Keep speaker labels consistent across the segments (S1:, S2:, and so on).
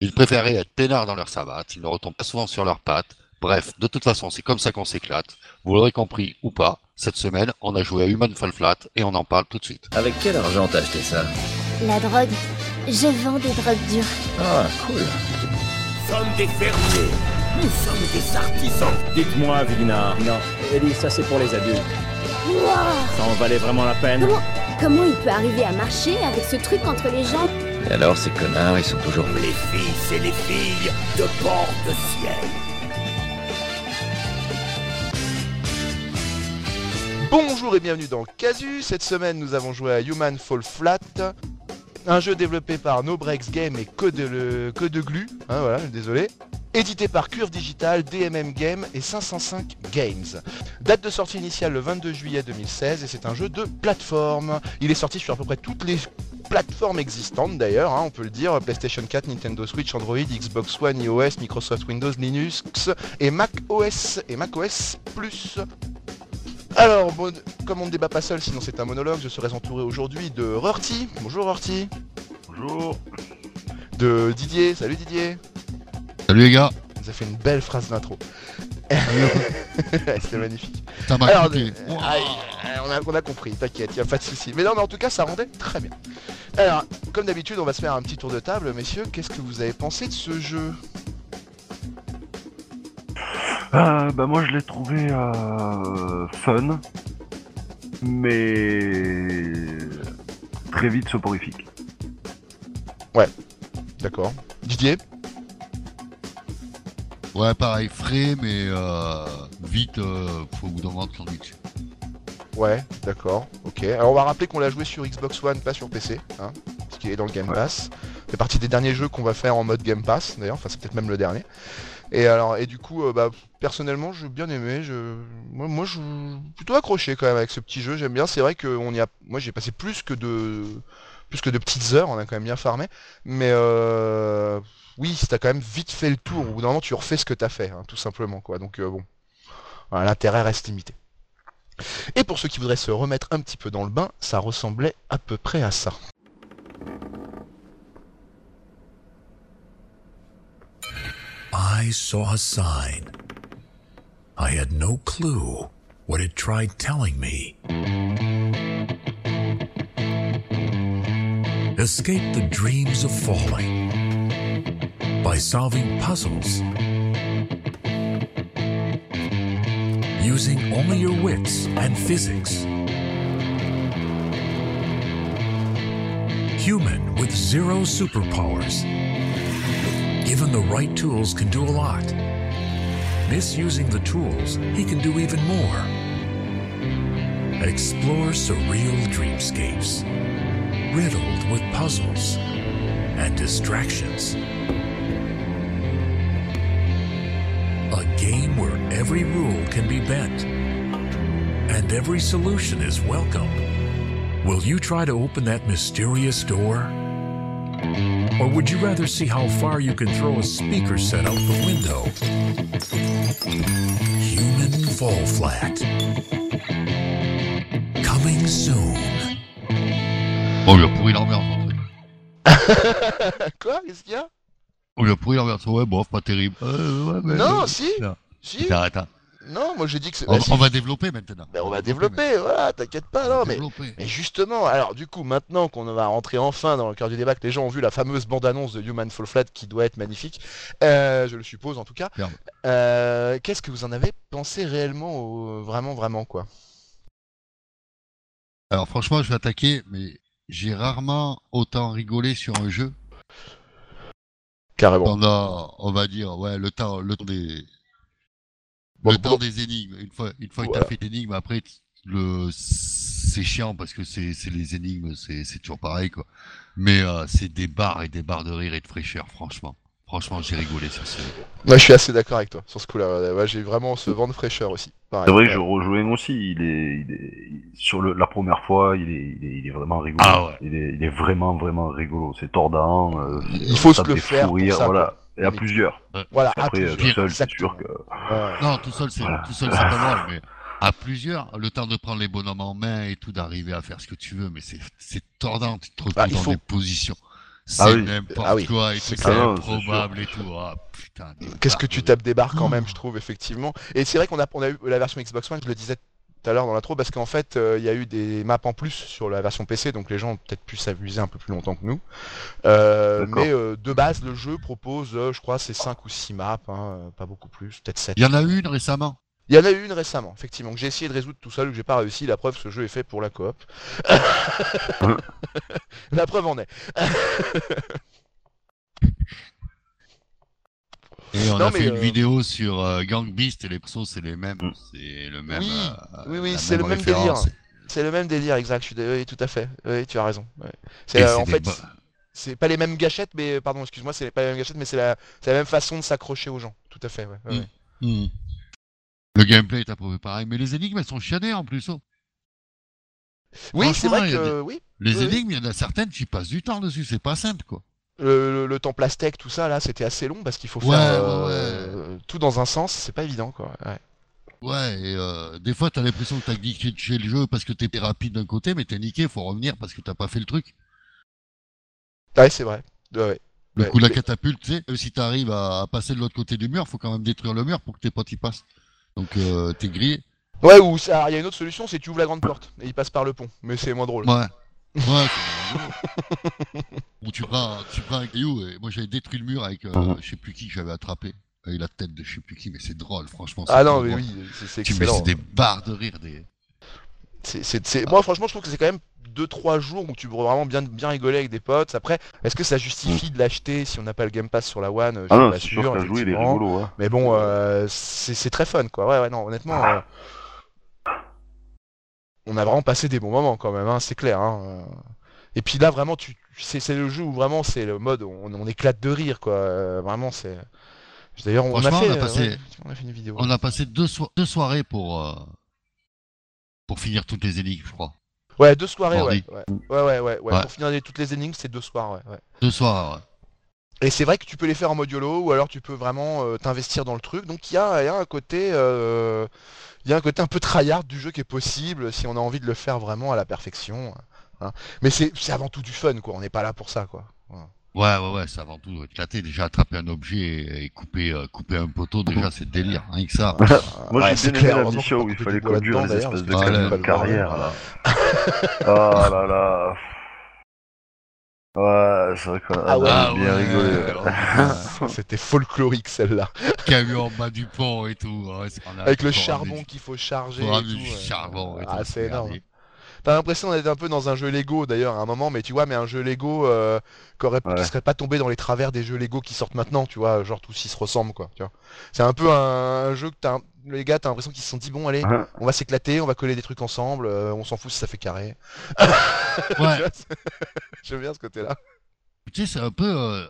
S1: Ils préféraient être peinards dans leurs savates, ils ne retombent pas souvent sur leurs pattes. Bref, de toute façon, c'est comme ça qu'on s'éclate. Vous l'aurez compris ou pas, cette semaine, on a joué à Human Fall Flat et on en parle tout de suite.
S2: Avec quel argent t'as acheté ça
S3: La drogue. Je vends des drogues dures.
S2: Ah, cool.
S4: Nous sommes des fermiers. Nous sommes des artisans.
S5: Dites-moi, Vina.
S6: Non, Ellie, ça c'est pour les adultes.
S3: Wow
S5: Ça en valait vraiment la peine
S3: Comment, comment il peut arriver à marcher avec ce truc entre les jambes
S2: Et alors, ces connards, ils sont toujours...
S4: Les filles, c'est les filles de bord de ciel.
S7: Bonjour et bienvenue dans Casu. Cette semaine, nous avons joué à Human Fall Flat, un jeu développé par No Breaks Game et Code, le, Code Glu, hein, voilà, désolé, édité par Curve Digital, DMM Game et 505 Games. Date de sortie initiale le 22 juillet 2016 et c'est un jeu de plateforme. Il est sorti sur à peu près toutes les plateformes existantes d'ailleurs, hein, on peut le dire, PlayStation 4, Nintendo Switch, Android, Xbox One, iOS, Microsoft Windows, Linux et Mac OS et Mac OS Plus. Alors, bon, comme on ne débat pas seul, sinon c'est un monologue, je serai entouré aujourd'hui de Rorty. Bonjour Rorty.
S8: Bonjour.
S7: De Didier. Salut Didier.
S1: Salut les gars,
S7: Ça fait une belle phrase d'intro. C'était magnifique.
S1: ça m'a
S7: Alors,
S1: coupé.
S7: euh, aïe, euh, on, a, on a compris, t'inquiète, il a pas de souci. Mais non, mais en tout cas, ça rendait très bien. Alors, comme d'habitude, on va se faire un petit tour de table, messieurs. Qu'est-ce que vous avez pensé de ce jeu
S8: Euh, bah moi je l'ai trouvé euh, fun, mais très vite soporifique.
S7: D'accord. Didier
S1: Ouais, pareil, frais, mais euh, vite, euh, faut au bout d'un moment te tourner dessus.
S7: Ouais, d'accord, ok. Alors on va rappeler qu'on l'a joué sur Xbox One, pas sur PC, hein, ce qui est dans le Game
S8: Ouais.
S7: Pass. C'est partie des derniers jeux qu'on va faire en mode Game Pass, d'ailleurs, enfin c'est peut-être même le dernier. Et alors, et du coup, euh, bah, personnellement, j'ai bien aimé, je... Moi, moi, je suis plutôt accroché quand même avec ce petit jeu, j'aime bien, c'est vrai que on y a... moi j'ai passé plus que de... plus que de petites heures, on a quand même bien farmé, mais euh... oui, t'as quand même vite fait le tour, au bout d'un moment tu refais ce que t'as fait, hein, tout simplement, quoi, donc euh, bon, Voilà, l'intérêt reste limité. Et pour ceux qui voudraient se remettre un petit peu dans le bain, ça ressemblait à peu près à ça.
S9: I saw a sign. I had no clue what it tried telling me. Escape the dreams of falling by solving puzzles. Using only your wits and physics. Human with zero superpowers Given the right tools can do a lot. Misusing the tools, he can do even more. Explore surreal dreamscapes, riddled with puzzles and distractions. A game where every rule can be bent and every solution is welcome. Will you try to open that mysterious door? Or would you rather see how far you can throw a speaker set out the window? Human Fall Flat. Coming soon.
S1: On lui Oh, a pourri l'ambiance, en fait.
S7: Quoi Qu'est-ce qu'il y a
S1: On lui Oh, a pourri l'ambiance, ouais, bof, pas terrible. Euh, ouais,
S8: bah,
S1: mais-
S7: Non, si
S1: non.
S7: Si
S1: Arrête, hein.
S7: Non, moi j'ai dit que c'est.
S1: on,
S7: bah, si.
S1: on va développer maintenant.
S7: Bah, on va développer, voilà, t'inquiète pas, non, mais.
S1: Développer.
S7: Mais justement, alors du coup, maintenant qu'on va rentrer enfin dans le cœur du débat, que les gens ont vu la fameuse bande-annonce de Human Fall Flat qui doit être magnifique, euh, je le suppose en tout cas,
S1: Ferme.
S7: euh, qu'est-ce que vous en avez pensé réellement, au- vraiment, vraiment quoi
S1: Alors franchement, je vais attaquer, mais j'ai rarement autant rigolé sur un jeu
S7: Carrément.
S1: pendant, on va dire, ouais, le temps, le temps des,
S7: Bon,
S1: le
S7: bon.
S1: temps des énigmes. Une fois, une fois que t'as fait l'énigme, après, t- le, c'est chiant parce que c'est, c'est les énigmes, c'est, c'est toujours pareil, quoi. Mais euh, c'est des barres et des barres de rire et de fraîcheur, franchement. Franchement, j'ai rigolé sur ce jeu.
S7: Moi, je suis assez d'accord avec toi sur ce coup-là. ouais, ouais, j'ai vraiment ce vent de fraîcheur aussi. pareil.
S8: C'est vrai que je rejoins aussi, il est, il est- sur le, la première fois, il est, il est, il est vraiment rigolo.
S1: Ah ouais.
S8: il, est, il est vraiment, vraiment rigolo. C'est tordant. euh,
S7: Il faut
S8: ça
S7: se
S8: me
S7: le
S8: fait
S7: faire pour
S8: fou rire,
S7: ça,
S8: voilà. Et à
S7: Mais-
S8: plusieurs.
S7: Voilà, à
S8: Après,
S7: plusieurs,
S8: tout seul, c'est
S7: exactement.
S8: sûr que.
S7: Ouais.
S1: Non, tout seul, c'est,
S8: Voilà.
S1: tout seul, c'est pas mal, mais à plusieurs, le temps de prendre les bonhommes en main et tout, d'arriver à faire ce que tu veux, mais c'est, c'est tordant, tu te retrouves
S7: Bah, il
S1: dans
S7: faut-
S1: des positions. C'est
S7: Ah oui.
S1: n'importe
S7: Ah oui.
S1: quoi et tout,
S7: C'est
S1: c'est
S7: clair.
S8: Ah non, c'est
S1: improbable et tout. Ah putain. des
S7: Qu'est-ce que tu
S1: barres
S7: tapes des barres quand même, je trouve, effectivement. Et c'est vrai qu'on a, on a eu la version Xbox One, je le disais tout à l'heure dans l'intro, parce qu'en fait, euh, il y a eu des maps en plus sur la version PC, donc les gens ont peut-être pu s'amuser un peu plus longtemps que nous. Euh,
S8: D'accord.
S7: mais euh, de base, le jeu propose, euh, je crois, c'est 5 ou 6 maps, hein, euh, pas beaucoup plus, peut-être 7.
S1: Il y en a une récemment.
S7: Il y en a eu une récemment, effectivement, que j'ai essayé de résoudre tout seul, que j'ai pas réussi. La preuve, ce jeu est fait pour la coop. la preuve en est.
S1: Et on
S7: Non,
S1: a
S7: mais,
S1: fait
S7: euh,
S1: une vidéo sur euh, Gang Beast et les persos, c'est les mêmes.
S8: Mm.
S1: C'est le même.
S7: Oui,
S1: euh,
S7: oui, oui,
S1: la
S7: c'est le même délire.
S1: référence.
S7: C'est le même délire, exact. Je suis dé- oui, tout à fait. Oui, tu as raison. ouais.
S1: Et
S7: C'est euh,
S1: c'est
S7: en
S1: des
S7: fait,
S1: ba-
S7: c'est pas les mêmes gâchettes, mais euh, pardon, excuse-moi, c'est pas les mêmes gâchettes, mais c'est la, c'est la même façon de s'accrocher aux gens. Tout à fait. ouais, ouais,
S1: Mm.
S7: ouais.
S1: Hmm. Le gameplay est à peu près pareil, mais les énigmes, elles sont chiadées en plus. oh.
S7: Oui, c'est
S1: Franchement,
S7: vrai
S1: il y a
S7: que oui.
S1: Les
S7: Oui, oui.
S1: énigmes, il y en a certaines qui passent du temps dessus, c'est pas simple quoi.
S7: Le, le- le temple aztèque, tout ça, là, c'était assez long parce qu'il faut faire
S1: Ouais,
S7: euh, tout dans un sens. C'est pas évident, quoi. ouais.
S1: Ouais, et euh, des fois t'as l'impression que t'as glitché de chez le jeu parce que t'es rapide d'un côté, mais t'es niqué, faut revenir parce que t'as pas fait le truc.
S7: Ouais, c'est vrai. Ouais, ouais.
S1: Le
S7: Ouais.
S1: coup de la catapulte, tu sais, même si t'arrives à, à passer de l'autre côté du mur, faut quand même détruire le mur pour que tes potes y passent. Donc euh, t'es grillé.
S7: Ouais, ou ça, alors, il y a une autre solution, c'est tu ouvres la grande porte et il passe par le pont, mais c'est moins drôle.
S1: Ouais. Ouais, c'est rigolo. Bon, tu prends, tu prends un caillou et moi j'avais détruit le mur avec euh,
S8: Mhm.
S1: je sais plus qui que j'avais attrapé. Et la tête de je sais plus qui, mais c'est drôle, franchement. c'est
S7: Ah non,
S1: trop
S7: mais
S1: drôle.
S7: oui, c'est c'est
S1: Tu mets
S7: excellent.
S1: des barres de rire. Des...
S7: C'est- c'est- c'est- Moi, franchement, je trouve que c'est quand même 2-3 jours où tu pourrais vraiment bien, bien rigoler avec des potes. Après, est-ce que ça
S1: Mm.
S7: justifie de l'acheter si on n'a pas le Game Pass sur la One Euh, Je suis
S8: Ah non,
S7: pas
S8: c'est sûr qu'à jouer, il est
S7: effectivement.
S8: rigolo. hein.
S7: Mais bon, euh, c'est c'est très fun, quoi. Ouais, ouais, non, honnêtement. euh, On a vraiment passé des bons moments, quand même, hein, c'est clair. hein. Et puis là, vraiment, tu... c'est c'est le jeu où vraiment c'est le mode où on, on éclate de rire, quoi. Euh, Vraiment, c'est. D'ailleurs, on, a
S1: Franchement,
S7: fait,
S1: on a
S7: euh,
S1: passé-
S7: ouais, on a fait une vidéo.
S1: On a passé deux, so- deux soirées pour, euh, pour finir toutes les énigmes, je crois.
S7: Ouais, deux soirées, ouais.
S1: Mardi.
S7: Ouais, ouais, ouais, ouais, ouais.
S1: Ouais.
S7: Pour finir les- toutes les énigmes, c'est deux soirs, ouais, ouais.
S1: Deux soirs, ouais.
S7: Et c'est vrai que tu peux les faire en mode YOLO ou alors tu peux vraiment euh, t'investir dans le truc. Donc il y a, il y a un côté, euh, il y a un côté un peu tryhard du jeu qui est possible si on a envie de le faire vraiment à la perfection. hein. Mais c'est c'est avant tout du fun, quoi. On n'est pas là pour ça, quoi. Voilà.
S1: Ouais, ouais, ouais, c'est avant tout éclater. Déjà, attraper un objet et, et couper, euh, couper un poteau, déjà, c'est délire. Rien que ça.
S8: Moi,
S7: Ouais,
S8: j'ai
S7: c'est
S8: bien aimé
S7: clair,
S8: la
S7: heureusement
S8: mission
S7: qu'on
S8: où il
S7: peut
S8: fallait
S7: pas couper du bois
S8: conduire les
S7: là-dedans,
S8: espèces de
S7: d'ailleurs, parce que
S1: camions de
S8: camions de
S7: c'est pas le
S8: carrière,
S7: bordel.
S8: là. Ah là là. Ouais, c'est vrai qu'on
S7: Ah
S8: a
S7: ouais.
S8: bien rigolé. ouais.
S1: ouais.
S7: C'était folklorique celle-là.
S1: Camion en bas du pont et tout. ouais, c'est- on a-
S7: Avec le
S1: faut ramener
S7: charbon
S1: du-
S7: qu'il faut charger.
S1: faut
S7: et
S1: ramener
S7: tout,
S1: Ah, du
S7: ouais.
S1: charbon et
S7: Ah,
S1: tout,
S7: c'est énorme.
S1: merdier.
S7: T'as l'impression d'être un peu dans un jeu Lego d'ailleurs à un moment, mais tu vois, mais un jeu Lego euh, qu'aurait- qui
S8: Ouais.
S7: serait pas tombé dans les travers des jeux Lego qui sortent maintenant, tu vois, genre tous ils se ressemblent quoi. Tu vois. C'est un peu un, un jeu que t'as, un- les gars, t'as l'impression qu'ils se sont dit bon allez,
S8: Ouais.
S7: on va s'éclater, on va coller des trucs ensemble, euh, on s'en fout si ça fait carré.
S1: Ouais,
S7: Tu vois, c'est- J'aime bien ce côté-là.
S1: tu sais, c'est un peu. euh,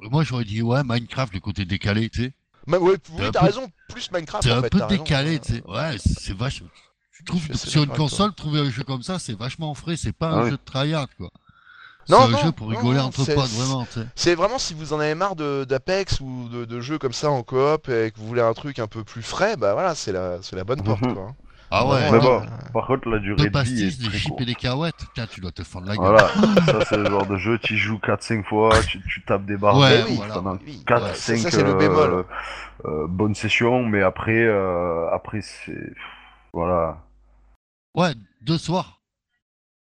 S1: Moi, j'aurais dit, ouais, Minecraft, le côté décalé, tu sais.
S7: Mais ouais, oui,
S1: un
S7: t'as
S1: peu-
S7: raison, plus Minecraft.
S1: C'est
S7: en
S1: un
S7: fait,
S1: peu
S7: Ah, t'as raison.
S1: décalé, tu sais. Ouais, c'est c'est vache. Je trouve
S7: suis
S1: que
S7: assez
S1: sur une
S7: d'accord avec toi.
S1: console, trouver un jeu comme ça, c'est vachement frais. C'est pas
S8: Ah
S1: un
S8: oui.
S1: jeu de tryhard, quoi. C'est
S7: Non,
S1: un
S7: non,
S1: jeu pour
S7: non,
S1: rigoler
S7: non,
S1: entre
S7: c'est-
S1: potes, vraiment, tu sais.
S7: C'est vraiment si vous en avez marre de- d'Apex ou de, de jeux comme ça en coop et que vous voulez un truc un peu plus frais, bah voilà, c'est la, c'est la bonne porte
S8: Mhm.
S7: quoi. hein.
S1: Ah ouais,
S8: Mais
S7: ouais.
S8: bon, par contre, la durée
S1: deux
S8: de vie
S1: pastis,
S8: est
S1: des
S8: très
S1: chips
S8: courte.
S1: et des cacahuètes. Putain, tu dois te fendre la gueule.
S8: Voilà, ça c'est le genre de jeu, tu y joues 4-5 fois, tu, tu tapes des barres
S1: Ouais,
S8: de ouf
S1: voilà.
S8: pendant
S7: Oui,
S8: 4-5
S7: ouais, ça, ça, c'est le bémol.
S8: euh, euh, bonnes sessions, mais après, euh, après c'est... Voilà.
S1: Ouais, deux soirs.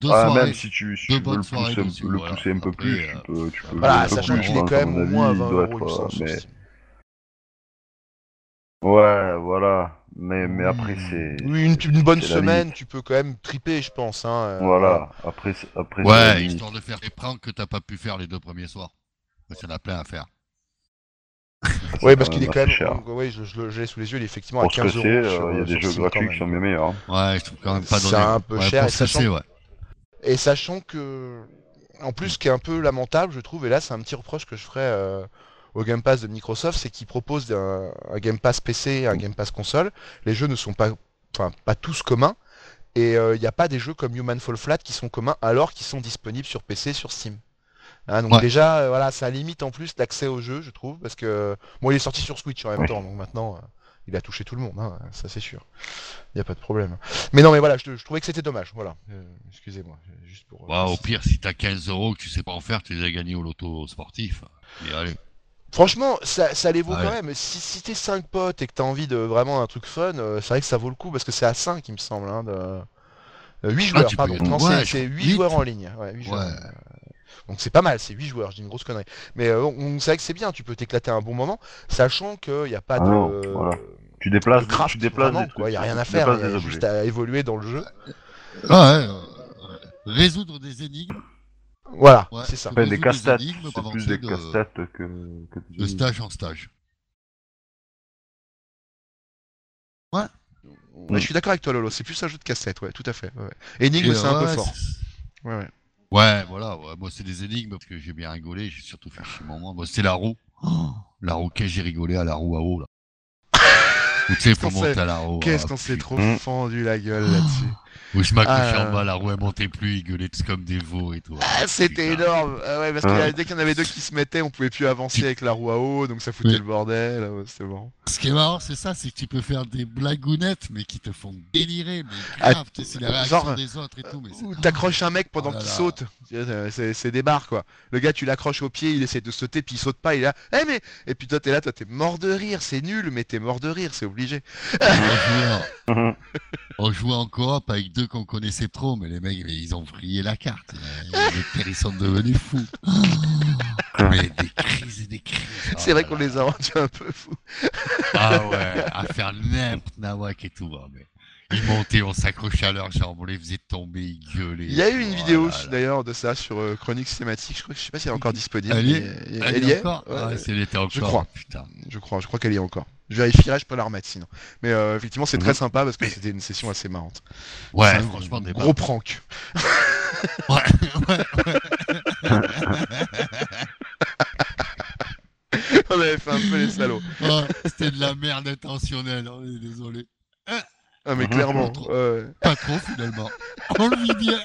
S1: Deux
S8: Ah,
S1: soirées.
S8: même si tu, si
S1: deux
S8: tu veux
S1: bonnes
S8: le
S1: soirées
S8: pousser, un-
S1: dessus,
S8: le
S1: voilà.
S8: pousser un peu
S1: Après,
S8: plus,
S1: euh,
S8: tu peux... Tu peux
S7: Voilà,
S8: un peu
S7: sachant
S8: plus,
S7: qu'il est
S8: je
S7: quand
S8: pense,
S7: même
S8: mon
S7: au moins à
S8: avis,
S7: 20
S8: il doit
S7: euros, il me
S8: être, euh,
S7: semble, sur
S8: mais-
S7: Steam.
S8: Ouais, voilà. Mais, mais après,
S1: Mm.
S8: c'est...
S7: Oui, une, une bonne
S8: c'est la
S7: semaine,
S8: limite.
S7: tu peux quand même triper, je pense. Hein, euh,
S8: Voilà, après, c'est- après c'est la
S1: Ouais,
S8: limite.
S1: histoire de faire les pranks que t'as pas pu faire les deux premiers soirs. Parce qu'il y en a plein à faire.
S8: C'est
S7: Oui, parce qu'il est quand même.
S8: assez cher.
S7: Oui, je, je, le- je l'ai sous les yeux, il est effectivement à
S8: hein. Pour ce que
S7: 15
S8: c'est,
S7: euros. sur-
S8: euh, il y a
S7: sur
S8: des jeux
S7: Steam, quand
S8: gratuits
S7: même.
S8: qui sont bien meilleurs.
S1: Ouais, je trouve quand même pas
S7: C'est
S1: donné.
S7: un peu
S1: ouais,
S7: cher,
S1: pour
S7: et
S1: ce que
S7: sachant
S1: c'est, ouais.
S7: Et sachant que. En plus, ce qui est un peu lamentable, je trouve, et là, c'est un petit reproche que je ferais euh, au Game Pass de Microsoft, c'est qu'ils proposent un, un Game Pass PC et un Game Pass console. Les jeux ne sont pas. Enfin, pas tous communs. Et euh, il n'y a pas des jeux comme Human Fall Flat qui sont communs alors qu'ils sont disponibles sur PC, sur Steam. Hein, donc
S1: Ouais.
S7: déjà, euh, voilà, ça limite en plus l'accès au jeu, je trouve, parce que bon, il est sorti sur Switch en même
S8: Oui.
S7: temps, donc maintenant, euh, il a touché tout le monde, hein, ça c'est sûr. Il n'y a pas de problème. Mais non, mais voilà, je, te- je trouvais que c'était dommage. Voilà, Euh, excusez-moi, juste pour. euh,
S1: Bah, au pire, si t'as 15 euros que tu sais pas en faire, tu les as gagnés au loto sportif. Et allez.
S7: Franchement, ça, ça les vaut
S1: Ouais.
S7: quand même. Si, si t'es 5 potes et que t'as envie de vraiment un truc fun, euh, c'est vrai que ça vaut le coup parce que c'est à 5, il me semble. Hein, de... 8 joueurs,
S1: tu peux
S7: pardon.
S1: y aller.
S7: Non,
S1: Ouais,
S7: c'est-
S1: je-
S7: c'est 8
S1: huit.
S7: joueurs en ligne. Ouais, huit joueurs en
S1: Ouais.
S7: ligne. Donc c'est pas mal, c'est 8 joueurs, je dis une grosse connerie. Mais euh, on- c'est vrai que c'est bien, tu peux t'éclater un bon moment, sachant qu'il n'y a pas
S8: Ah non,
S7: de,
S8: voilà. Tu
S7: de
S8: déplaces,
S7: craft.
S8: tu déplaces
S7: vraiment,
S8: des
S7: quoi. Il n'y a
S8: trucs,
S7: rien à
S8: tu
S7: faire,
S8: déplaces
S7: il y a
S8: des
S7: juste
S8: objets.
S7: à évoluer dans le jeu.
S1: Ah ouais, euh, résoudre des énigmes.
S7: Voilà,
S1: Ouais,
S7: c'est ça.
S1: à-
S8: Enfin,
S1: résoudre
S8: des
S1: des
S8: casse-têtes,
S1: énigmes
S8: c'est
S1: pendant
S8: plus
S1: tout
S8: des
S1: de-
S8: casse-têtes que, que des
S1: De
S8: énigmes.
S1: stage en stage.
S8: Mm.
S7: Ouais, je suis d'accord avec toi, Lolo, c'est plus un jeu de cassette, ouais, tout à fait. ouais. Énigme,
S1: Et,
S7: c'est un
S1: euh,
S7: peu
S1: ouais,
S7: fort.
S1: c'est-
S7: Ouais, ouais.
S1: Ouais, voilà, ouais. moi c'est des énigmes parce que j'ai bien rigolé, j'ai surtout fait chier mon moment. Moi c'est la roue. Oh, la roue, qu'est-ce que j'ai rigolé à la roue à eau là. Où tu sais, faut
S7: qu'on
S1: monter
S7: s'est-
S1: à la roue.
S7: Qu'est-ce
S1: ah,
S7: qu'on s'est
S1: putain.
S7: trop
S8: Mm.
S7: fendu la gueule là-dessus.
S1: Où je m'accrochais
S7: Ah.
S1: en bas, la roue elle montait plus, il gueulait comme des veaux et tout.
S7: Ah, c'était
S1: Putain.
S7: énorme. Ah ouais, parce que
S8: Ouais.
S7: là, dès qu'il y en avait deux qui se mettaient, on pouvait plus avancer
S1: Tu-
S7: avec la roue à eau, donc ça foutait
S1: Oui.
S7: le bordel. Ah ouais, C'était bon.
S1: Ce qui est marrant, c'est ça, c'est que tu peux faire des blagounettes, mais qui te font délirer, mais
S7: Ah,
S1: grave, tu sais, c'est la
S7: euh,
S1: réaction
S7: genre,
S1: des autres et tout. Mais c'est-
S7: Ou t'accroches un mec pendant
S1: Oh là
S7: qu'il
S1: là.
S7: saute. C'est- C'est c'est des barres quoi. Le gars, tu l'accroches au pied, il essaie de sauter, puis il saute pas, il est là. Eh mais Et puis toi, t'es là, toi, t'es mort de rire. C'est nul, mais t'es mort de rire, c'est obligé.
S1: on, jouait en... on jouait en coop avec deux qu'on connaissait trop, mais les mecs, mais ils ont vrillé la carte. Les pères, ils sont devenus fous. mais des crises et des crises. Oh
S7: C'est vrai
S1: là
S7: qu'on
S1: là.
S7: les a rendus un peu fous.
S1: Ah ouais, à faire n'importe nawak et tout. hein, mais... Ils montaient, on s'accrochait à leurs jambes, on les faisait tomber, ils gueulaient.
S7: Il y a eu une
S1: Oh
S7: vidéo
S1: là là.
S7: d'ailleurs de ça sur euh, Chronique Cinématique. Je crois que je sais pas si elle est encore disponible.
S1: Elle y est
S7: mais-
S1: Elle,
S7: elle
S1: y est encore
S7: Ouais,
S1: Ah,
S7: ouais.
S1: si elle était encore.
S7: crois.
S1: Putain.
S7: Je crois, je crois qu'elle y est encore. Je vérifierai, je peux la remettre sinon. Mais euh, effectivement,
S1: Mhm.
S7: c'est très sympa parce que c'était une session assez marrante. C'est
S1: Ouais,
S7: un
S1: franchement, des
S7: gros prank.
S1: Ouais, ouais, ouais.
S7: On avait fait un peu les salauds.
S1: Ouais, C'était de la merde intentionnelle, on est désolé.
S7: Ah, mais
S8: Mhm.
S7: clairement, ouais.
S1: Pas trop finalement. On le vit bien.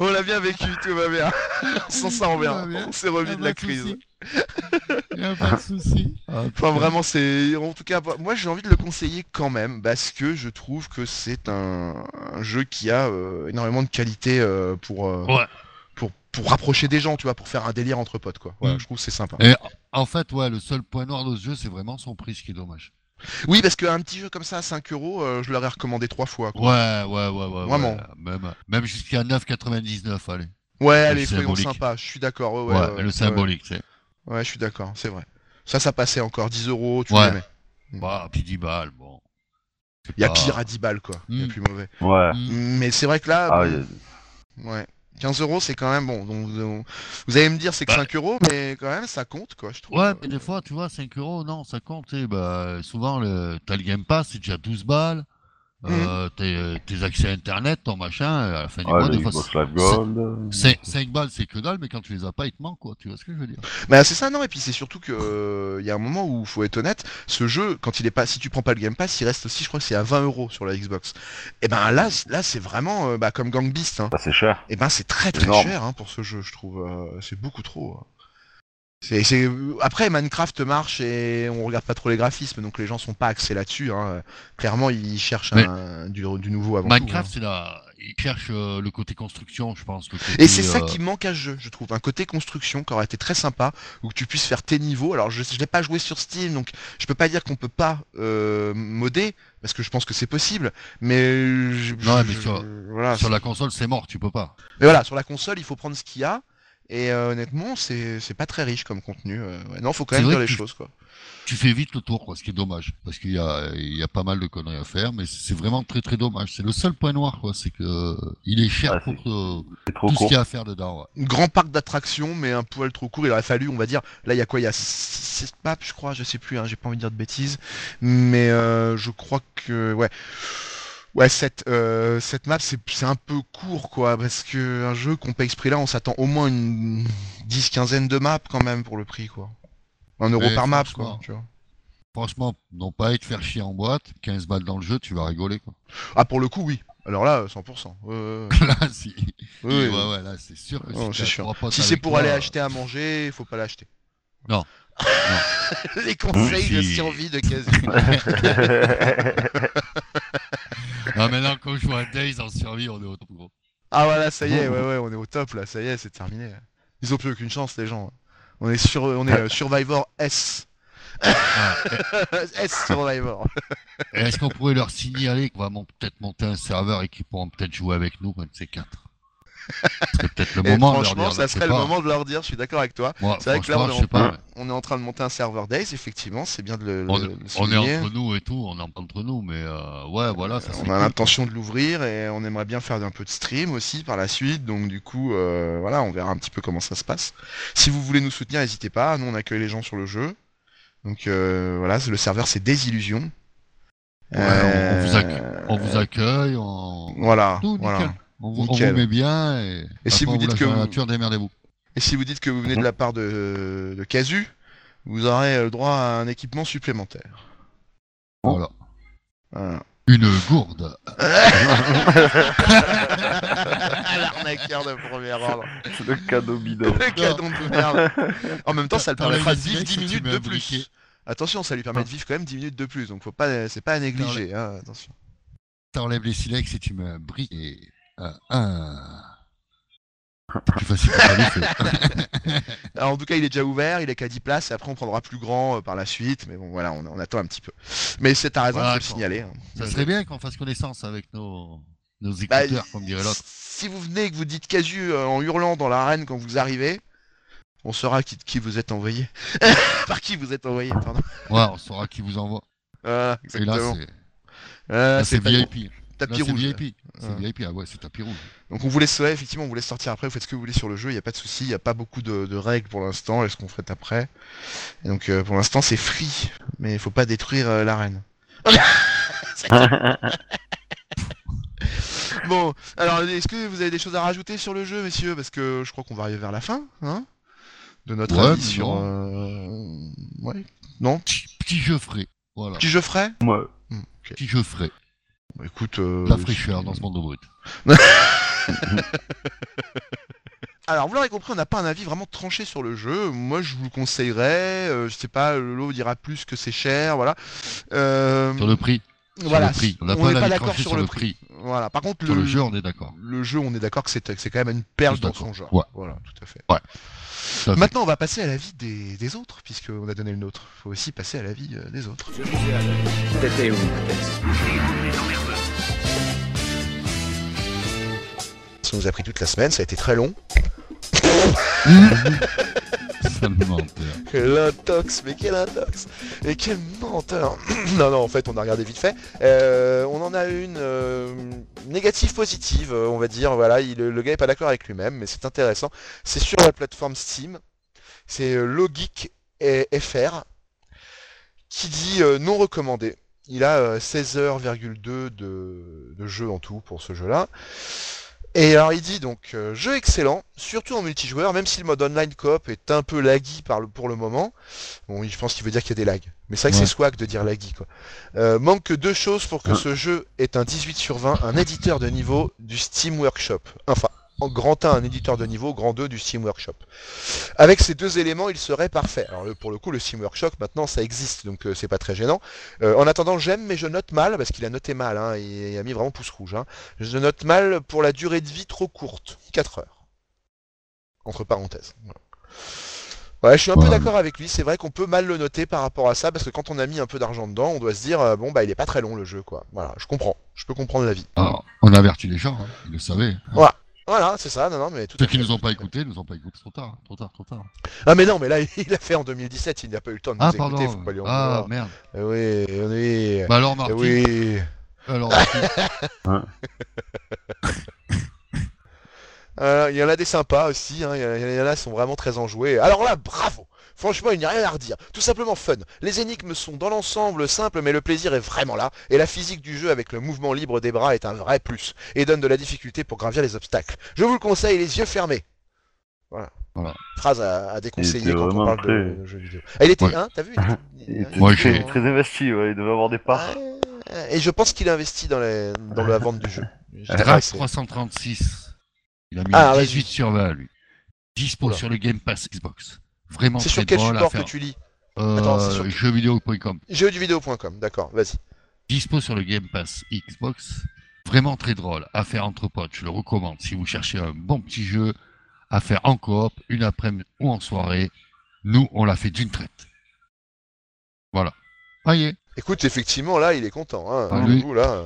S7: on l'a bien vécu, tout va bien. Sans ça, on
S1: Tout va bien. Ah bah,
S7: On s'est remis
S1: Y'a
S7: de la
S1: pas
S7: crise.
S1: souci. Y'a pas de souci. Ah,
S7: Enfin
S1: putain.
S7: vraiment c'est en tout cas moi j'ai envie de le conseiller quand même parce que je trouve que c'est un, un jeu qui a euh, énormément de qualité euh, pour, euh,
S1: Ouais.
S7: pour pour rapprocher des gens tu vois pour faire un délire entre potes quoi. Voilà,
S1: Mm.
S7: je trouve que c'est sympa.
S1: Et en fait, ouais, le seul point noir de ce jeu, c'est vraiment son prix, ce qui est dommage.
S7: Oui parce qu'un petit jeu comme ça à 5 euros euh, je l'aurais recommandé trois fois. Quoi.
S1: Ouais, ouais, ouais, ouais.
S7: Vraiment.
S1: ouais. Même, même jusqu'à 9,99, allez.
S7: Ouais allez soyons
S1: symbolique.
S7: sympas je suis d'accord ouais,
S1: Ouais,
S7: ouais, ouais,
S1: le
S7: ouais.
S1: symbolique, tu sais.
S7: Ouais, je suis d'accord c'est vrai. Ça ça passait encore 10 euros tu
S1: Ouais.
S7: l'aimais.
S1: Bah, puis 10 balles, bon. C'est
S7: Il y a
S1: pas-
S7: pire à 10 balles quoi. Il y a
S1: Mm.
S7: plus mauvais.
S8: Ouais.
S1: Mm.
S7: Mais c'est vrai que là
S8: Ah,
S7: bon,
S8: il y a-
S7: Ouais. 15 euros, c'est quand même bon. Donc, donc, vous allez me dire, c'est que
S1: Bah.
S7: 5 euros, mais quand même, ça compte, quoi, je trouve.
S1: Ouais, mais des fois, tu vois, 5 euros, non, ça compte. tu sais, Bah, souvent, le... t'as le Game Pass, c'est déjà 12 balles. Euh, tes, tes accès à Internet, ton machin, euh, à la fin du
S8: ouais,
S1: mois,
S8: les
S1: des fois,
S8: Xbox Live Gold. euh,
S1: 5 balles, c'est que dalle, mais quand tu les as pas, ils te manquent, quoi. Tu vois ce que je veux dire
S7: Bah, c'est ça, non, et puis c'est surtout que euh, il y a un moment où, faut être honnête, ce jeu, quand il est pas, si tu prends pas le Game Pass, il reste aussi, je crois que c'est à 20 euros sur la Xbox. Et ben là, c- là c'est vraiment euh, bah, comme Gang Beast. Hein.
S8: Bah, c'est cher.
S7: Et ben c'est très très
S8: Énorme.
S7: cher hein, pour ce jeu, je trouve. euh, c'est beaucoup trop. hein. C'est, c'est- Après, Minecraft marche et on regarde pas trop les graphismes, donc les gens sont pas axés là-dessus. hein. Clairement, ils cherchent
S1: Mais-
S7: un- du, du nouveau avant tout, hein.
S1: Minecraft, c'est là. Ils cherchent euh, le côté construction, je pense. le côté,
S7: Et c'est ça
S1: euh,
S7: qui manque à ce jeu, je trouve. Un côté construction qui aurait été très sympa, où tu puisses faire tes niveaux. Alors, je ne l'ai pas joué sur Steam, donc je peux pas dire qu'on peut pas euh, modder, parce que je pense que c'est possible. Mais, je-
S1: Non,
S7: je-
S1: mais
S7: je-
S1: sur-
S7: voilà,
S1: Sur la console, c'est mort, tu peux pas.
S7: mais voilà, sur la console, il faut prendre ce qu'il y a. Et euh, honnêtement, c'est c'est pas très riche comme contenu. euh, ouais. Non, faut quand
S1: C'est
S7: même
S1: vrai
S7: dire les
S1: que-
S7: choses, quoi.
S1: Tu fais vite le tour, quoi, ce qui est dommage. Parce qu'il y a, il y a pas mal de conneries à faire, mais c'est vraiment très très dommage. C'est le seul point noir, quoi. C'est que euh, il est cher
S8: Ah,
S1: pour euh,
S8: C'est trop
S1: tout ce
S8: court.
S1: qu'il y a à faire dedans, ouais.
S7: grand parc d'attractions, mais un poil trop court. Il aurait fallu, on va dire, là il y a quoi Il y a 7 maps, je crois, je sais plus, hein, j'ai pas envie de dire de bêtises. Mais euh, je crois que. Ouais. Ouais, cette, euh, cette map, c'est c'est un peu court, quoi, parce que un jeu qu'on paye ce prix-là, on s'attend au moins une dix quinzaine de maps quand même pour le prix, quoi. Un euro
S1: Mais
S7: par map, quoi,
S1: franchement.
S7: tu vois.
S1: Franchement, non pas être faire chier en boîte, 15 balles dans le jeu, tu vas rigoler, quoi.
S7: Ah, pour le coup, oui. Alors là, 100%. Ouais, ouais, ouais.
S1: là, si.
S7: Oui, oui.
S1: ouais, ouais, là, c'est sûr que
S7: Non,
S1: si
S7: c'est
S1: t'as
S7: sûr.
S1: trois potes
S7: Si c'est
S1: bah, avec
S7: pour
S1: toi,
S7: aller
S1: euh,
S7: acheter à manger, il faut pas l'acheter.
S1: Non.
S7: Les conseils de
S1: Si.
S7: survie de Casu.
S1: Ah, maintenant, quand je vois Days en survie, on est au top, gros.
S7: Ah voilà, ça y est, ouais, ouais, on est au top là, ça y est, c'est terminé. Ils ont plus aucune chance, les gens. On est sur, on est euh, Survivor S.
S1: Ah,
S7: S Survivor.
S1: et- et Est-ce qu'on pourrait leur signaler qu'on va mon- peut-être monter un serveur et qu'ils pourront peut-être jouer avec nous, un de ces quatre Ce serait peut-être le
S7: Et
S1: moment de leur
S7: franchement,
S1: dire,
S7: ça
S1: je sais
S7: serait le
S1: pas.
S7: moment de leur dire, je suis d'accord avec toi.
S1: Moi,
S7: C'est vrai que là,
S1: franchement,
S7: on est,
S1: je sais
S7: en,
S1: pas.
S7: on est en train de monter un serveur Days, effectivement, c'est bien de le,
S1: On,
S7: le- le
S1: on est
S7: souligner.
S1: entre nous et tout, on est entre nous, mais euh, ouais, voilà, ça serait
S7: On a
S1: cool.
S7: l'intention de l'ouvrir et on aimerait bien faire un peu de stream aussi par la suite. Donc du coup, euh, voilà, on verra un petit peu comment ça se passe. Si vous voulez nous soutenir, n'hésitez pas. Nous, on accueille les gens sur le jeu. Donc euh, voilà, c'est- le serveur, c'est Désillusion. Euh,
S1: Ouais, on- on vous accue- On vous accueille, on,
S7: Voilà,
S1: Tout nickel.
S7: voilà.
S1: on, vous, on
S7: Nickel.
S1: vous met bien. Et,
S7: Et si
S1: après,
S7: vous
S1: on
S7: dites
S1: lâche
S7: que
S1: dans la
S7: vous-
S1: nature, démerdez-vous.
S7: Et si vous dites que vous venez de la part de, de Casu, vous aurez euh, le droit à un équipement supplémentaire. Oh.
S1: Voilà.
S7: Voilà.
S1: Une gourde.
S7: L'arnaqueur de premier ordre.
S8: C'est le cadeau bidon.
S7: Le canon de merde. En même temps, ça le
S1: Dans la
S7: permettra de
S1: vie de
S7: vivre
S1: mec,
S7: 10
S1: tu
S7: minutes
S1: mets
S7: de
S1: un briquet.
S7: plus. Attention, ça lui permet de vivre quand même 10 minutes de plus, donc faut pas, c'est pas à négliger. hein, attention.
S1: T'enlèves les silex et tu mets un briquet. Un. un. C'est plus facile pour lui, c'est-
S7: Alors, en tout cas, il est déjà ouvert, il est qu'à 10 places, et après on prendra plus grand euh, par la suite, mais bon, voilà, on, on attend un petit peu. Mais c'est ta raison,
S1: Voilà,
S7: faut le
S1: quoi.
S7: signaler. hein.
S1: Ça serait bien qu'on fasse connaissance avec nos, nos
S7: Bah,
S1: écouteurs, comme dirait l'autre.
S7: si vous venez et que vous dites casu euh, en hurlant dans l'arène quand vous arrivez, on saura qui, qui vous êtes envoyé. par qui vous êtes envoyé, pardon.
S1: Ouais, on saura qui vous envoie.
S7: Voilà,
S1: Et là,
S7: exactement.
S1: c'est-
S7: Ah,
S1: là, c'est
S7: tapis-
S1: VIP. Là,
S7: Tapis
S1: c'est
S7: rouge.
S1: VIP. C'est
S7: Ouais.
S1: VIP. Ah ouais, c'est tapis rouge.
S7: Donc on vous laisse ouais, effectivement, on vous laisse sortir après, vous faites ce que vous voulez sur le jeu, il n'y a pas de souci, il n'y a pas beaucoup de, de règles pour l'instant, et ce qu'on fait après. Et donc euh, pour l'instant c'est free, mais il faut pas détruire euh, l'arène. bon, alors est-ce que vous avez des choses à rajouter sur le jeu, messieurs Parce que je crois qu'on va arriver vers la fin, hein De notre
S1: Ouais,
S7: avis
S1: mais
S7: sur...
S1: non.
S7: euh, Ouais.
S1: Petit, petit jeu frais. Voilà.
S7: Petit jeu frais
S8: Moi,
S1: Petit jeu frais.
S7: Bah, Écoute... euh,
S1: La fraîcheur dans ce monde de brut.
S7: Alors, vous l'aurez compris, on n'a pas un avis vraiment tranché sur le jeu. Moi, je vous le conseillerais. euh, je sais pas, Lolo dira plus que c'est cher, voilà. Euh,
S1: Sur le prix.
S7: voilà,
S1: sur le prix. On
S7: n'est
S1: n'a pas
S7: pas
S1: la
S7: d'accord sur, le prix.
S1: prix.
S7: Voilà. Par contre,
S1: Sur
S7: le,
S1: le jeu, on est d'accord.
S7: le jeu, on est d'accord que c'est que c'est quand même une perle
S1: Tous
S7: dans
S1: d'accord.
S7: son genre.
S1: Ouais.
S7: Voilà, tout à fait.
S1: Ouais. à fait.
S7: Maintenant, on va passer à l'avis des, des autres, puisqu'on a donné le nôtre. faut aussi passer à l'avis euh, des autres.
S6: T'étais où
S7: Ça nous a pris toute la semaine, ça a été très long.
S1: Sale menteur.
S7: L'intox, mais quel intox Et quel menteur Non, non, en fait, on a regardé vite fait. Euh, on en a une euh, négative positive, euh, on va dire. Voilà, il- le gars est pas d'accord avec lui-même, mais c'est intéressant. C'est sur la plateforme Steam. C'est euh, Logic et FR qui dit euh, non recommandé. Il a euh, 16h,2 de, de jeu en tout pour ce jeu-là. Et alors il dit donc euh, jeu excellent, surtout en multijoueur, même si le mode online coop est un peu laggy par le, pour le moment. Bon, je pense qu'il veut dire qu'il y a des lags. Mais c'est vrai que
S1: Ouais.
S7: c'est swag de dire laggy quoi. Euh, manque que deux choses pour que ce jeu ait un 18 sur 20, un éditeur de niveau du Steam Workshop. Enfin, en grand 1, un éditeur de niveau, grand 2 du Steam Workshop. Avec ces deux éléments, il serait parfait. Alors le- pour le coup, le Steam Workshop, maintenant, ça existe, donc euh, c'est pas très gênant. Euh, en attendant, j'aime, mais je note mal, parce qu'il a noté mal, hein, il, il a mis vraiment pouce rouge. hein. Je note mal pour la durée de vie trop courte, 4 heures. Entre parenthèses. Voilà. Ouais, je suis un peu
S1: Ouais.
S7: d'accord avec lui, c'est vrai qu'on peut mal le noter par rapport à ça, parce que quand on a mis un peu d'argent dedans, on doit se dire, euh, bon, bah il est pas très long le jeu, quoi. Voilà, je comprends, je peux comprendre l'avis.
S1: Alors, on a averti les gens, hein, ils le savaient.
S7: Voilà, c'est ça, non, non, mais tout
S1: Ceux
S7: à
S1: qui
S7: fait,
S1: nous ont
S7: tout à
S1: pas
S7: fait.
S1: écoutés, nous ont pas écoutés. Trop tard, trop tard, trop tard.
S7: Ah mais non, mais là il a fait en 2017, il n'a pas eu le temps de nous
S1: Ah,
S7: écouter, faut
S1: pardon.
S7: pas lui en
S1: Ah,
S7: vouloir.
S1: merde.
S7: Eh oui, eh oui,
S1: Bah alors,
S7: eh
S1: Martin.
S7: oui. Ah,
S1: Alors, Martin,
S7: Euh, Il y en a des sympas aussi, hein, il y en a- il y en a qui sont vraiment très enjoués. Alors là, bravo Franchement, il n'y a rien à redire. Tout simplement fun. Les énigmes sont dans l'ensemble simples, mais le plaisir est vraiment là. Et la physique du jeu avec le mouvement libre des bras est un vrai plus. Et donne de la difficulté pour gravir les obstacles. Je vous le conseille, les yeux fermés. Voilà.
S1: Voilà.
S7: Phrase à, à déconseiller
S8: était
S7: quand on
S8: vraiment
S7: parle de,
S8: très-
S7: de jeux vidéo. Ah, il était,
S1: Ouais.
S7: hein, t'as vu il était- il
S8: Il
S7: était-
S8: était
S1: Moi,
S8: très,
S1: j'ai-
S8: très investi, ouais, il devait avoir des parts.
S7: Ouais, Ah, Et je pense qu'il a investi dans, les- dans la vente du jeu. Je dirais que
S1: Draft
S7: c'est-
S1: 336. Il a mis
S7: Ah,
S1: 18 sur 20, lui. Dispo
S7: Oula.
S1: sur le Game Pass Xbox. Vraiment
S7: C'est
S1: très
S7: sur quel
S1: drôle à
S7: support que
S1: faire.
S7: tu lis E
S1: Euh,
S7: Attends, c'est sur-
S1: jeuxvideo.com.
S7: Jeuxduvideo.com, d'accord, vas-y.
S1: Dispo sur le Game Pass Xbox. Vraiment très drôle. À faire entre potes, je le recommande. Si vous cherchez un bon petit jeu à faire en coop, une après-midi ou en soirée, nous, on l'a fait d'une traite. Voilà. Ah y est.
S7: Écoute, effectivement, là, il est content. Hein,
S1: Ah,
S7: du
S1: lui.
S7: coup, là.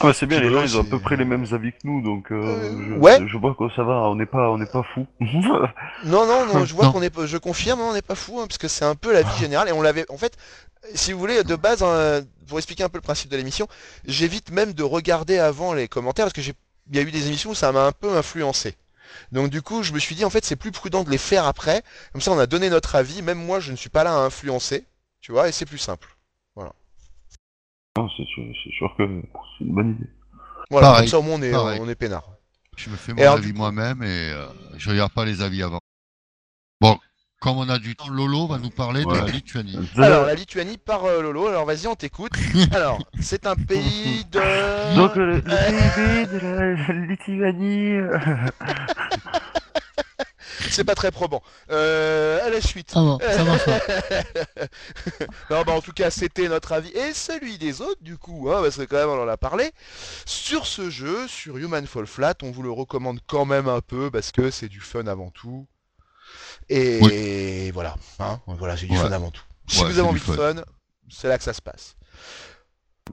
S8: Ah, c'est bien,
S7: Puis
S8: les
S7: voilà,
S8: gens, ils ont à peu
S7: c'est-
S8: près les mêmes avis que nous, donc euh,
S7: Euh,
S8: je,
S7: ouais.
S8: je vois que ça va, on n'est pas, on n'est pas fou.
S7: Non, non, non, je vois
S1: Non. Ah.
S7: qu'on est, pas- je confirme, on n'est pas fou, hein, parce que c'est un peu la vie générale. Et on l'avait, en fait, si vous voulez, de base, hein, pour expliquer un peu le principe de l'émission, j'évite même de regarder avant les commentaires, parce que j'ai, il y a eu des émissions où ça m'a un peu influencé. Donc du coup, je me suis dit, en fait, c'est plus prudent de les faire après. Comme ça, on a donné notre avis. Même moi, je ne suis pas là à influencer, tu vois, et c'est plus simple.
S8: non, c'est sûr, c'est sûr que c'est une bonne idée.
S7: Voilà,
S1: Pareil,
S7: comme ça, au moins, on est,
S1: pareil.
S7: on est peinard.
S1: Je me fais
S7: Et
S1: mon
S7: alors, du
S1: avis
S7: coup-
S1: moi-même et euh, je regarde pas les avis avant. Bon, comme on a du temps, Lolo va nous parler de la
S8: Ouais.
S1: Lituanie.
S7: Alors, la Lituanie par euh, Lolo. Alors, vas-y, on t'écoute. Alors, c'est un pays de...
S8: Donc, le, le PIB de la Lituanie. euh,
S7: C'est pas très probant. Euh, à la suite.
S1: Ça va, ça marche pas.
S7: Non, bah, en tout cas, c'était notre avis et celui des autres, du coup, hein, parce que quand même, on en a parlé. Sur ce jeu, sur Human Fall Flat, on vous le recommande quand même un peu parce que c'est du fun avant tout. Et voilà. hein, voilà, c'est du
S1: Ouais.
S7: fun avant tout. Si
S1: Ouais,
S7: vous
S1: c'est
S7: avez
S1: du
S7: envie de fun,
S1: fun.
S7: c'est là que ça se passe.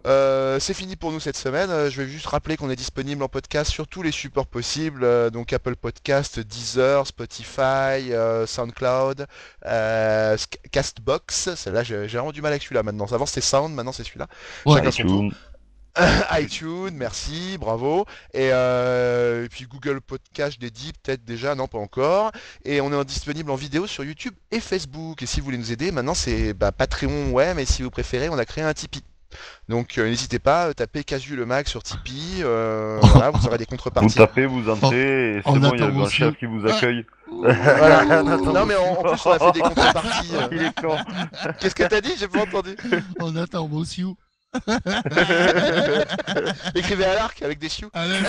S7: Euh, c'est fini pour nous cette semaine. Euh, Je vais juste rappeler qu'on est disponible en podcast sur tous les supports possibles, euh, donc Apple Podcast, Deezer, Spotify, euh, SoundCloud, euh, Sc- Castbox. Celle-là, j'ai j'ai vraiment du mal avec celui-là maintenant. Avant c'était Sound, maintenant c'est celui-là.
S1: Ouais.
S7: Chacun son tour.
S8: iTunes.
S7: iTunes, merci, bravo. Et, euh, et puis Google Podcast dédié, peut-être déjà, non pas encore. Et on est en- disponible en vidéo sur YouTube et Facebook. Et si vous voulez nous aider, maintenant c'est bah, Patreon, ouais, mais si vous préférez, on a créé un Tipeee. Donc euh, n'hésitez pas, euh, tapez Casu le Mag sur Tipeee, euh, voilà, vous aurez des
S8: Vous
S7: contreparties.
S8: tapez, vous entrez, et
S1: On
S8: c'est bon, il y a
S1: attend
S8: le
S1: vos
S8: grand chef
S1: sous.
S8: qui vous accueille.
S7: Voilà.
S8: On attend
S7: Non
S8: vos
S7: mais en, en plus
S8: sous.
S7: on a fait des contreparties. euh.
S8: Il est con.
S7: Qu'est-ce que t'as dit J'ai pas entendu.
S1: On attend vos sioux.
S7: Écrivez à l'arc avec des chiots.
S1: Allez,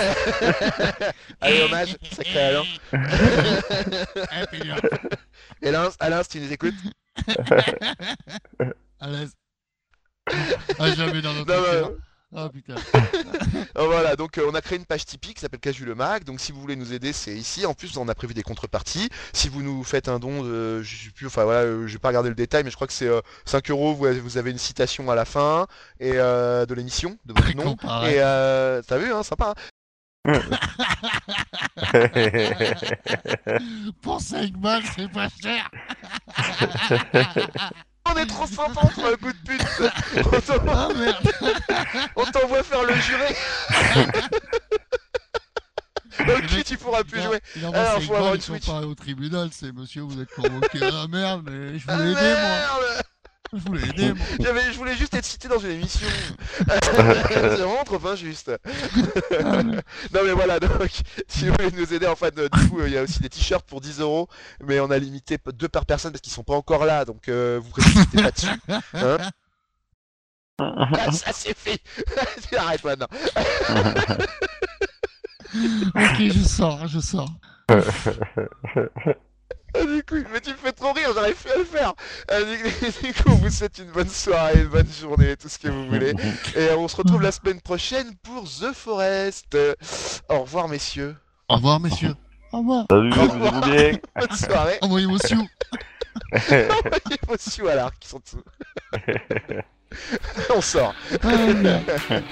S7: Allez hommage, sacré Alain.
S1: impérial.
S7: Et Alain, Alain, si tu nous écoutes.
S1: À l'aise. À jamais dans notre
S7: Non, mais-
S1: cœur. Ah putain.
S7: Euh, voilà, donc euh, on a créé une page Tipeee qui s'appelle Casu le Mag. Donc si vous voulez nous aider, c'est ici. En plus, on a prévu des contreparties. Si vous nous faites un don, de, je sais plus, enfin voilà, euh, j'ai pas regardé le détail, mais je crois que c'est euh, 5 euros. Vous, vous avez une citation à la fin et euh, de l'émission, de votre nom.
S1: Comparé.
S7: Et euh, t'as vu, hein, sympa. hein.
S1: Pour 5 balles, c'est pas cher.
S7: On est trop sympa, toi, coup de pute. On t'en-
S1: Ah merde.
S7: on t'envoie faire le juré. ok, tu pourras plus
S1: Non, bah,
S7: jouer.
S1: Il envoie
S7: Alors,
S1: 5
S7: faut avoir
S1: balles,
S7: une
S1: il
S7: Switch.
S1: comparé au tribunal. C'est monsieur, vous êtes convoqué. Ah merde, mais je
S7: Ah,
S1: voulais aider moi.
S7: merde
S1: Je voulais aider moi.
S7: J'avais- je voulais juste être cité dans une émission. C'est vraiment trop injuste. non mais voilà, donc si vous voulez nous aider, en fait, euh, du coup, euh, il y a aussi des t-shirts pour 10 euros, mais on a limité p- deux par personne parce qu'ils sont pas encore là, donc euh, vous précipitez pas dessus. Hein Ah, ça c'est fait. Arrête maintenant.
S1: Ok, je sors, je sors.
S7: Ah, Du coup, mais tu me fais trop rire, j'arrive plus à le faire. Ah, Du du coup, on vous souhaite une bonne soirée, une bonne journée, tout ce que vous voulez. Et on se retrouve la semaine prochaine pour The Forest. Euh, Au revoir messieurs.
S1: Au revoir, messieurs. Au revoir.
S8: Salut, vous allez bien
S7: Bonne soirée.
S1: Envoyez vos sioux.
S7: Il faut aussi à l'arc qui sont dessous. On sort.
S1: Ah merde.